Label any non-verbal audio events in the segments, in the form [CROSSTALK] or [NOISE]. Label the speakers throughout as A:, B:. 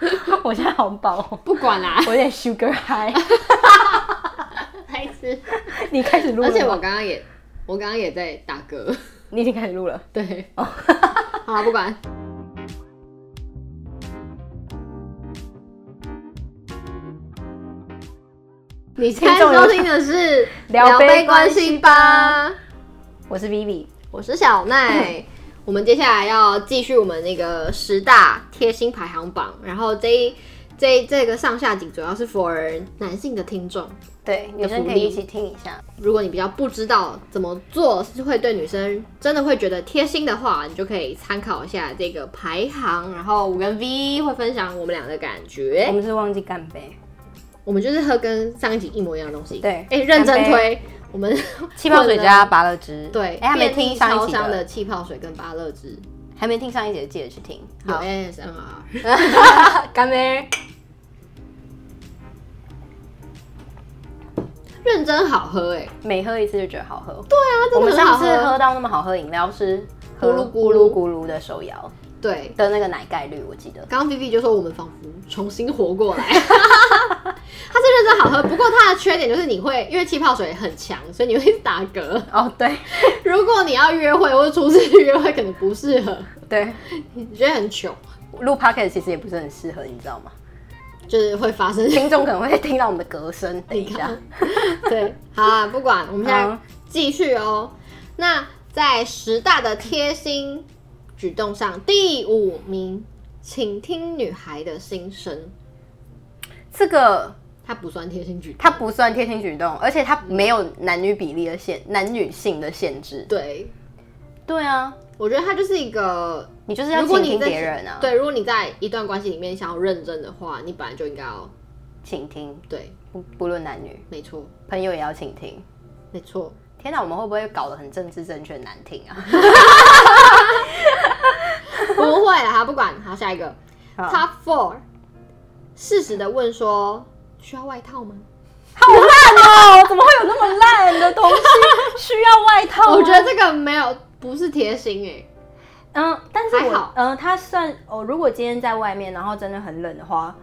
A: [LAUGHS] 我现在好饱哦，
B: 不管啦，
A: 我有点 sugar high。 [LAUGHS]
B: 白痴。
A: 你开始录了
B: 而
A: 吗，
B: 且我刚刚也，我刚刚也在打嗝。
A: 你已经开始录了。
B: 对，
A: 哦， [LAUGHS]
B: 好，不管。你现在收听的 [LAUGHS] 是
A: 聊杯关
B: 系吧，
A: 我是 Vivi，
B: 我是小 [LAUGHS] 奈。我们接下来要继续我们那个十大贴心排行榜，然后这一这一这个上下集主要是 for 男性的听众。
A: 对，女生可以一起听一下。
B: 如果你比较不知道怎么做是会对女生真的会觉得贴心的话，你就可以参考一下这个排行。然后我跟 V 会分享我们俩的感
A: 我
B: 觉，
A: 们是忘记干杯，
B: 我们就是喝跟上一集一模一样的东西。
A: 对
B: 哎、认真
A: 干
B: 推，我们
A: 气泡水加拔乐汁。
B: 对，
A: 哎，还没
B: 便
A: 听
B: 利
A: 上一
B: 超
A: 集
B: 商的
A: 的，
B: 气泡水跟芭乐汁，
A: 还没听上一集的，记得去听。
B: 有
A: 好，
B: ASMR。
A: [LAUGHS] 干杯！
B: 认真好喝哎、
A: 每喝一次就觉得好喝。
B: 对
A: 我
B: 啊，
A: 们
B: 真的很
A: 上
B: 好
A: 次
B: 喝。
A: 喝到那么好喝饮料是喝
B: 咕噜咕
A: 咕
B: 噜
A: 噜咕噜的手摇
B: 对，
A: 的那个奶盖绿，我记得。
B: 刚刚 Vivi 就说我们仿佛重新活过来， [LAUGHS] 它是认真好喝，不过它的缺点就是你会因为气泡水很强，所以你会一直打嗝。 [LAUGHS]
A: 哦，对
B: 如果你要约会或者出去约会，可能不适合，
A: 对，
B: 你觉得很糗，
A: 录 podcast 其实也不是很适合，你知道吗？
B: 就是会发生。
A: 听众可能会听到我们的歌声。等一下，
B: 对，好啊，不管，我们现在
A: 好
B: 继续哦。那在十大的贴心举动上，第五名，请听女孩的心声，
A: 这个
B: 它不算贴心举动，
A: 它不算贴心举动，而且它没有男女比例的限，男女性的限制。
B: 对
A: 对啊，
B: 我觉得它就是一个
A: 你就是要
B: 如果
A: 倾
B: 你
A: 听
B: 在
A: 别人啊，，
B: 对，如果你在一段关系里面想要认真的话，你本来就应该要
A: 倾听，
B: 对，
A: 不不论男女，
B: 没错，
A: 朋友也要倾听。[LAUGHS]
B: 没错。
A: 天哪，我们会不会搞得很政治正确难听啊？
B: 不会啦，好不管，好下一个
A: 好
B: Top Four，适时的问说需要外套吗？
A: 烂哦，怎么会有那么烂的东西需要外 [LAUGHS] 套
B: 我觉得这个没有不是贴心哎、
A: 嗯，但是
B: 还
A: 我
B: 好
A: 嗯，它算哦，如果今天在外面，然后真的很冷的话，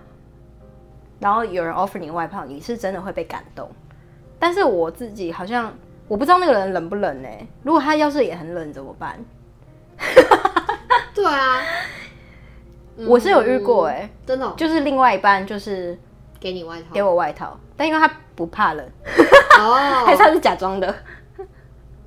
A: 然后有人 offer 你外套，你是真的会被感动。但是我自己好像我不知道那个人冷不冷呢、欸如果他要是也很冷怎么办？
B: 对啊，
A: [LAUGHS]
B: 嗯
A: 我是有遇过哎、
B: 真的哦、
A: 就是另外一半就是
B: 给你外套
A: 给我外套，但因为他不怕冷， [LAUGHS] 还是
B: 哦。
A: 他是假装
B: [LAUGHS]
A: 的。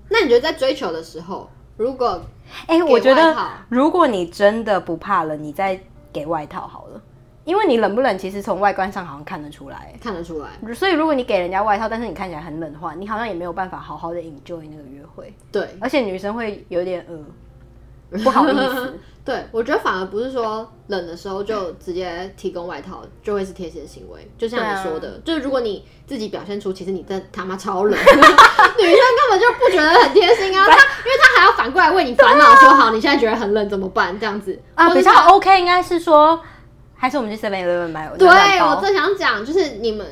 B: 那你觉得在追求的时候，如果
A: 哎、我觉
B: 外
A: 得
B: 套
A: 如果你真的不怕冷，你再给外套好了，因为你冷不冷其实从外观上好像看得出来、欸。
B: 看得出来，
A: 所以，如果你给人家外套，但是你看起来很冷的话，你好像也没有办法好好的 enjoy 那个约会，
B: 对
A: 而且女生会有点呃
B: [LAUGHS]
A: 不好意思。
B: 对，我觉得反而不是说冷的时候就直接提供外套就会是贴心的行为，就像你说的，
A: 啊
B: 就是如果你自己表现出其实你真的他妈超冷， [LAUGHS] 女生根本就不觉得很贴心啊，她因为她还要反过来为你烦恼，说好你现在觉得很冷怎么办这样子
A: 啊，
B: 或者
A: 比
B: 是
A: 较 OK 应该是说，还是我们去 Seven Eleven 买我
B: 对
A: 暖
B: 我
A: 包，
B: 正想讲，就是你们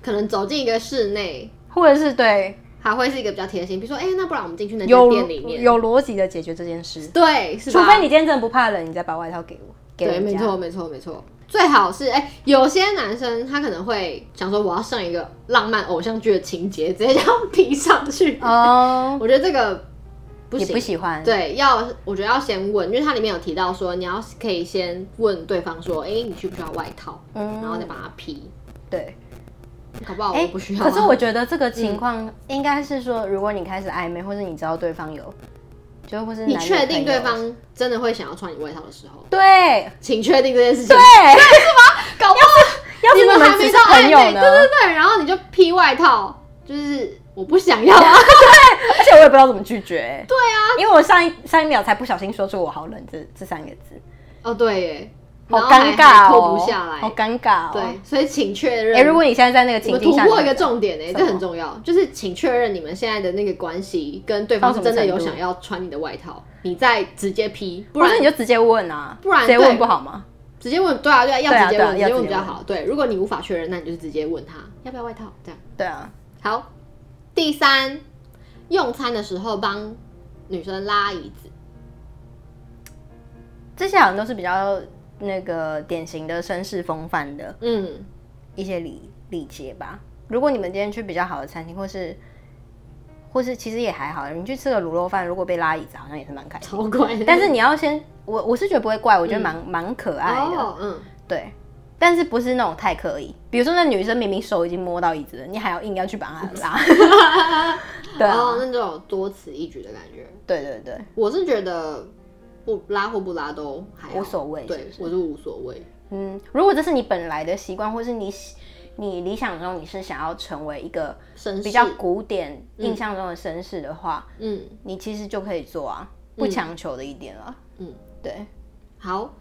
B: 可能走进一个室内，
A: 或者是对
B: 还会是一个比较贴心，比如说哎、那不然我们进去那
A: 有
B: 间店里面，
A: 有逻辑的解决这件事，
B: 对，是吧
A: 除非你今天真的不怕冷，你再把外套给我，给
B: 对，
A: 人
B: 没
A: 家
B: 错，没错，没错。最好是哎、有些男生他可能会想说，我要上一个浪漫偶像剧的情节，直接这样提上去。
A: 哦，
B: 我觉得这个 [LAUGHS] 不
A: 也
B: 行，
A: 不喜欢，
B: 对，要我觉得要先问，因为它里面有提到说，你要可以先问对方说，哎、你需不需要外套，
A: 嗯
B: 然后再把它披。
A: 对。
B: 搞不好
A: 哎
B: 哦我不需要啊、嗯
A: 可是我觉得这个情况应该是说，如果你开始暧昧，或是你知道对方有，就或是
B: 你
A: 男女
B: 确定
A: 朋
B: 对
A: 友
B: 方真的会想要穿你外套的时候，
A: 对
B: 请确定这件事情。
A: 对，啊
B: 搞不好
A: 要
B: 你
A: 是
B: 们
A: 你
B: 还
A: 们只
B: 没
A: 是
B: 到暧
A: 朋友
B: 昧，对
A: 呢？
B: 对对，然后你就披外套，就是我不想要啊。
A: 而且我也不知道怎么拒绝、欸
B: 对啊，
A: 因为我上一上一秒才不小心说出“我好冷”这这三个字，
B: 哦，对耶，
A: 好
B: 然后还
A: 尴尬
B: 还
A: 哦，
B: 脱不下来，
A: 好尴尬哦。
B: 对，，所以请确认。
A: 哎、如果你现在在那个
B: 我
A: 情
B: 们
A: 境
B: 突
A: 下，
B: 破一
A: 你
B: 个重点哎，
A: 什么
B: 这很重要，就是请确认你们现在的那个关系跟对方
A: 到什
B: 是
A: 么
B: 真的有
A: 程度
B: 想要穿你的外套，你再直接批，不
A: 或
B: 然
A: 者你就直接问啊，
B: 不然
A: 直接
B: 对
A: 问不好吗？
B: 直接问，对啊对啊，
A: 对
B: 要
A: 啊
B: 直接
A: 对啊
B: 问，直
A: 要
B: 接问
A: 直
B: 比
A: 接
B: 较
A: 问
B: 好。对，如果你无法确认，那你就直接问他要不要外套，这样
A: 对啊，
B: 好。第三，用餐的时候帮女生拉椅子，
A: 这些好像都是比较那个典型的绅士风范的
B: 嗯，
A: 一些礼礼节吧。如果你们今天去比较好的餐厅，或是或是其实也还好，你去吃个卤肉饭，如果被拉椅子，好像也是蛮开心。
B: 超怪的。
A: 但是你要先，我我是觉得不会怪，我觉得蛮蛮、可爱的，
B: 哦，嗯，
A: 对。但是不是那种太刻意，比如说那女生明明手已经摸到椅子了，你还要硬要去把她拉。对啊，
B: 哦，那种多此一举的感觉，
A: 对对对，
B: 我是觉得不拉或不拉都还好
A: 无所谓是
B: 对
A: 不，是
B: 我是无所谓。
A: 嗯，如果这是你本来的习惯，或是你喜你理想中你是想要成为一个
B: 绅士
A: 比较古典印象中的绅士的话，
B: 嗯，
A: 你其实就可以做啊，不强求的一点了。
B: 嗯，
A: 对，
B: 好，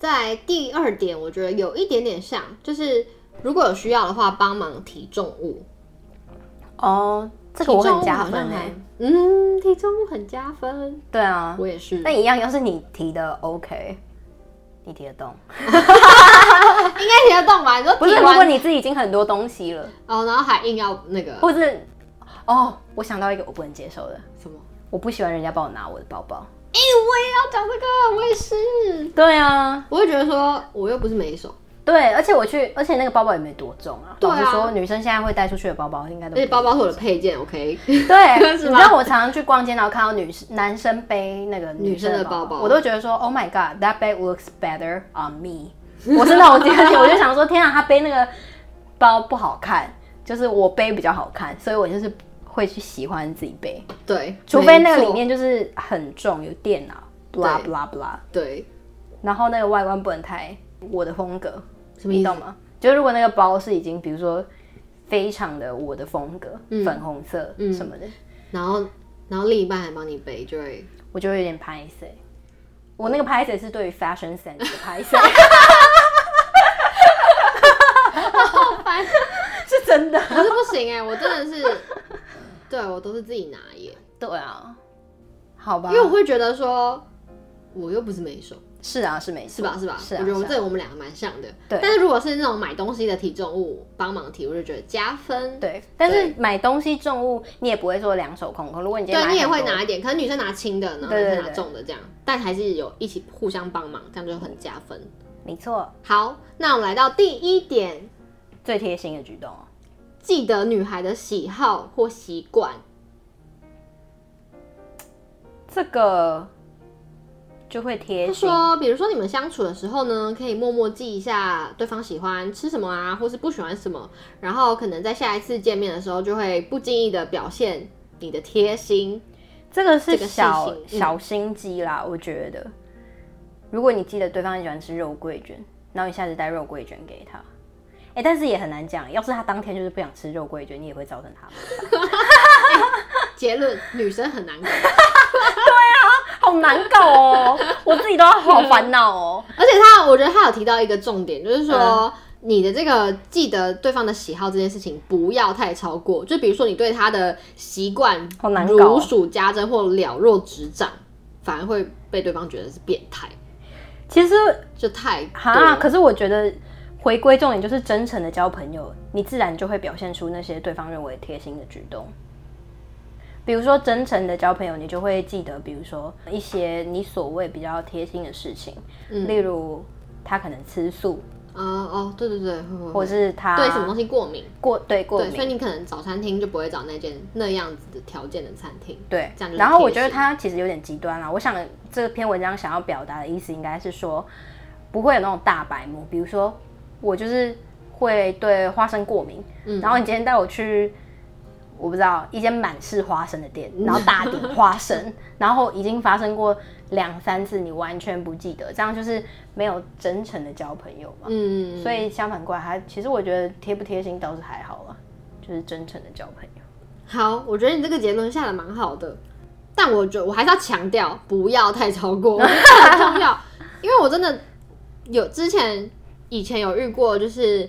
B: 在第二点，我觉得有一点点像，就是如果有需要的话，帮忙提重物。
A: 哦，这个我
B: 提重
A: 很
B: 物
A: 加
B: 好像
A: 分哎、
B: 还嗯，提重物很加分。
A: 对啊，
B: 我也是，
A: 但一样，要是你提的 OK，你提得动，
B: 应该提得动吧？你说
A: 不是？
B: 提
A: 如果
B: 完
A: 你自己已经很多东西了，
B: 哦，然后还硬要那个
A: 或是哦，我想到一个我不能接受的，
B: 什么？
A: 我不喜欢人家帮我拿我的包包。
B: 哎、我也要讲这个，我也是。
A: 对啊，
B: 我会觉得说，我又不是没手，
A: 对，而且我去，而且那个包包也没多重啊。
B: 对啊
A: 老实说，女生现在会带出去的包包应该都
B: 而
A: 不
B: 且包包是我的配件，OK？ [LAUGHS]
A: 对，你
B: 是
A: 知
B: 吗
A: 道我常常去逛街，然后看到女生男生背那个女生
B: 女生的
A: 的
B: 包
A: 包
B: 包
A: 包，我都觉得说，Oh my God，that bag looks better on me。我 [LAUGHS] 是那种第二天我就想说，天啊，他背那个包不好看，就是我背比较好看，所以我就是会去喜欢自己背，
B: 对，
A: 除非那
B: 没
A: 个
B: 错
A: 里面就是很重，有电脑，blah
B: 对
A: blah blah，
B: 对
A: 然后那个外观不能太我的风格。
B: 什么意
A: 你
B: 思
A: 懂？吗？就是如果那个包是已经，比如说非常的我的风格，
B: 嗯
A: 粉红色什么的，
B: 然后然后另一半还帮你背，就会
A: 我就会有点拍谁。我那个拍谁是对于 fashion sense 的拍
B: [LAUGHS]
A: 谁，
B: 好烦。
A: 是真的。
B: [LAUGHS] 可是不行哎、我真的是，对我都是自己拿耶，
A: 对啊，好吧，
B: 因为我会觉得说，我又不是没手，
A: 是啊，是没
B: 是
A: 错
B: 吧？是吧？
A: 是啊，
B: 我觉得我
A: 是啊
B: 这我们两个蛮像的。
A: 对
B: 但是如果是那种买东西的提重物帮忙提，我就觉得加分。
A: 对，但是买东西重物你也不会说两手空空。如果你今天
B: 对，啊
A: 买
B: 你也
A: 很
B: 会
A: 多
B: 拿一点，可能女生拿轻的，然后
A: 对
B: 男
A: 对
B: 生拿
A: 对
B: 重的这样，但还是有一起互相帮忙，这样就很加分。
A: 没错，
B: 好，那我们来到第一点，
A: 最贴心的举动哦。
B: 记得女孩的喜好或习惯。
A: 这个就会贴
B: 就
A: 心。
B: 说，比如说你们相处的时候呢，可以默默记一下对方喜欢吃什么啊，或是不喜欢什么，然后可能在下一次见面的时候，就会不经意的表现你的贴心。
A: 这个是
B: 这个事
A: 小
B: 情嗯
A: 小心机啦，我觉得。如果你记得对方很喜欢吃肉桂卷，然后你下次带肉桂卷给他，哎、但是也很难讲。要是他当天就是不想吃肉桂卷，你也会造成他
B: 结论：女生很
A: [LAUGHS]
B: 难搞，
A: 好难搞 [LAUGHS] 哦，我自己都要好烦恼哦。
B: 而且他，我觉得他有提到一个重点，就是说。
A: 嗯
B: 你的这个记得对方的喜好这件事情不要太超过，就比如说你对他的习惯
A: 好难搞啊
B: 如数家珍或了若指掌，反而会被对方觉得是变态，
A: 其实
B: 就太
A: 哈，
B: 多
A: 可是我觉得回归重点就是真诚的交朋友，你自然就会表现出那些对方认为贴心的举动。比如说真诚的交朋友，你就会记得，比如说一些你所谓比较贴心的事情，
B: 嗯
A: 例如他可能吃素，
B: 啊哦，对对对，会会会
A: 或是他
B: 对什么东西过敏，
A: 过对啊过
B: 对，所以
A: 敏，
B: 你可能找餐厅就不会找那间那样子的条件的餐厅。
A: 对
B: 这样就是
A: 然后我觉
B: 贴
A: 得
B: 心
A: 他其实有点极端啦。我想这篇文章想要表达的意思应该是说，不会有那种大白目，比如说我就是会对花生过敏，
B: 嗯
A: 然后你今天带我去。我不知道一间满是花生的店，然后大顶
B: [LAUGHS]
A: 花生，然后已经发生过两三次，你完全不记得，这样就是没有真诚的交朋友嘛。
B: 嗯，
A: 所以相反过来，他其实我觉得贴不贴心倒是还好啦，就是真诚的交朋友。
B: 好，我觉得你这个结论下的蛮好的，但我觉得我还是要强调，不要太超过，我觉得这很重要， [LAUGHS] 因为我真的有之前以前有遇过，就是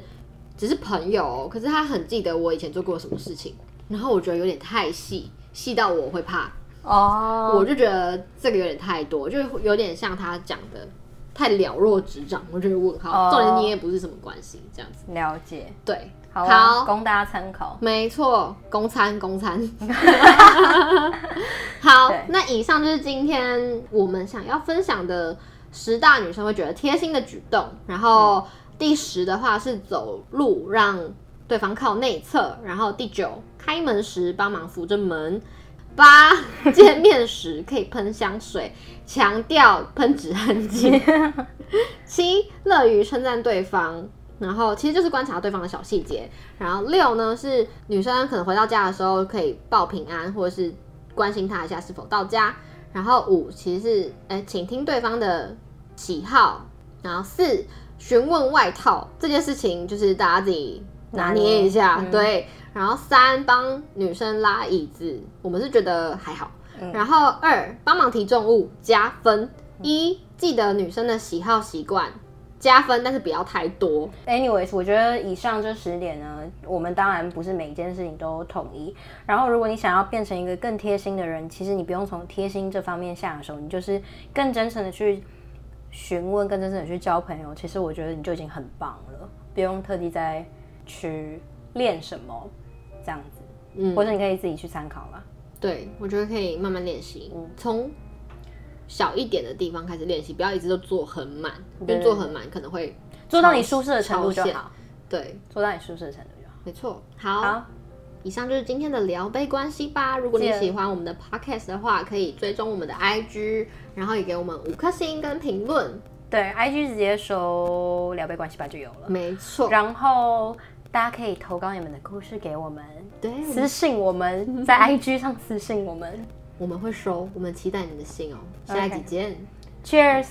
B: 只是朋友哦，可是他很记得我以前做过什么事情，然后我觉得有点太细，细到我会怕，
A: 哦
B: 我就觉得这个有点太多，就有点像他讲的太了若指掌，我觉得问
A: 哦
B: 号。重点是你也不是什么关系，这样子。
A: 了解，
B: 对，
A: 好啊，
B: 好
A: 供大家参考。
B: 没错，公餐公餐。好
A: 对，
B: 那以上就是今天我们想要分享的十大女生会觉得贴心的举动，然后第十的话是走路让对方靠内侧，然后第九开门时帮忙扶着门，八见面时可以喷香水，强调喷止汗剂，七乐于称赞对方。然后其实就是观察对方的小细节。然后六呢是女生可能回到家的时候可以报平安，或者是关心她一下是否到家。然后五其实是哎，请听对方的喜好。然后四询问外套这件事情，就是大家自己拿捏一下，
A: 拿捏嗯
B: 对。然后三帮女生拉椅子，我们是觉得还好。
A: 嗯
B: 然后二帮忙提重物加分，一记得女生的喜好习惯加分，但是不要太多。
A: Anyways，我觉得以上这十点呢，我们当然不是每一件事情都统一。然后，如果你想要变成一个更贴心的人，其实你不用从贴心这方面下手，你就是更真诚的去询问，更真诚的去交朋友。其实我觉得你就已经很棒了，不用特地再去练什么这样子，
B: 嗯
A: 或者你可以自己去参考啦。
B: 对，我觉得可以慢慢练习，
A: 嗯
B: 从小一点的地方开始练习，不要一直都做很满，因为做很满可能会
A: 做到你舒适的程度
B: 超
A: 就
B: 限
A: 好，
B: 对，
A: 做到你舒适的程度就好。
B: 没错。好，
A: 好
B: 以上就是今天的聊杯关系吧。如果你
A: 记得
B: 喜欢我们的 podcast 的话，可以追踪我们的 IG，然后也给我们五颗星跟评论。
A: 对，IG 直接搜聊杯关系吧就有了。
B: 没错，
A: 然后大家可以投稿你们的故事给我们，
B: 对，我
A: 私
B: 们
A: 信我们，在 IG 上私信我们。
B: 我们会收，我们期待你的信哦。下一集
A: OK
B: 见。
A: Cheers。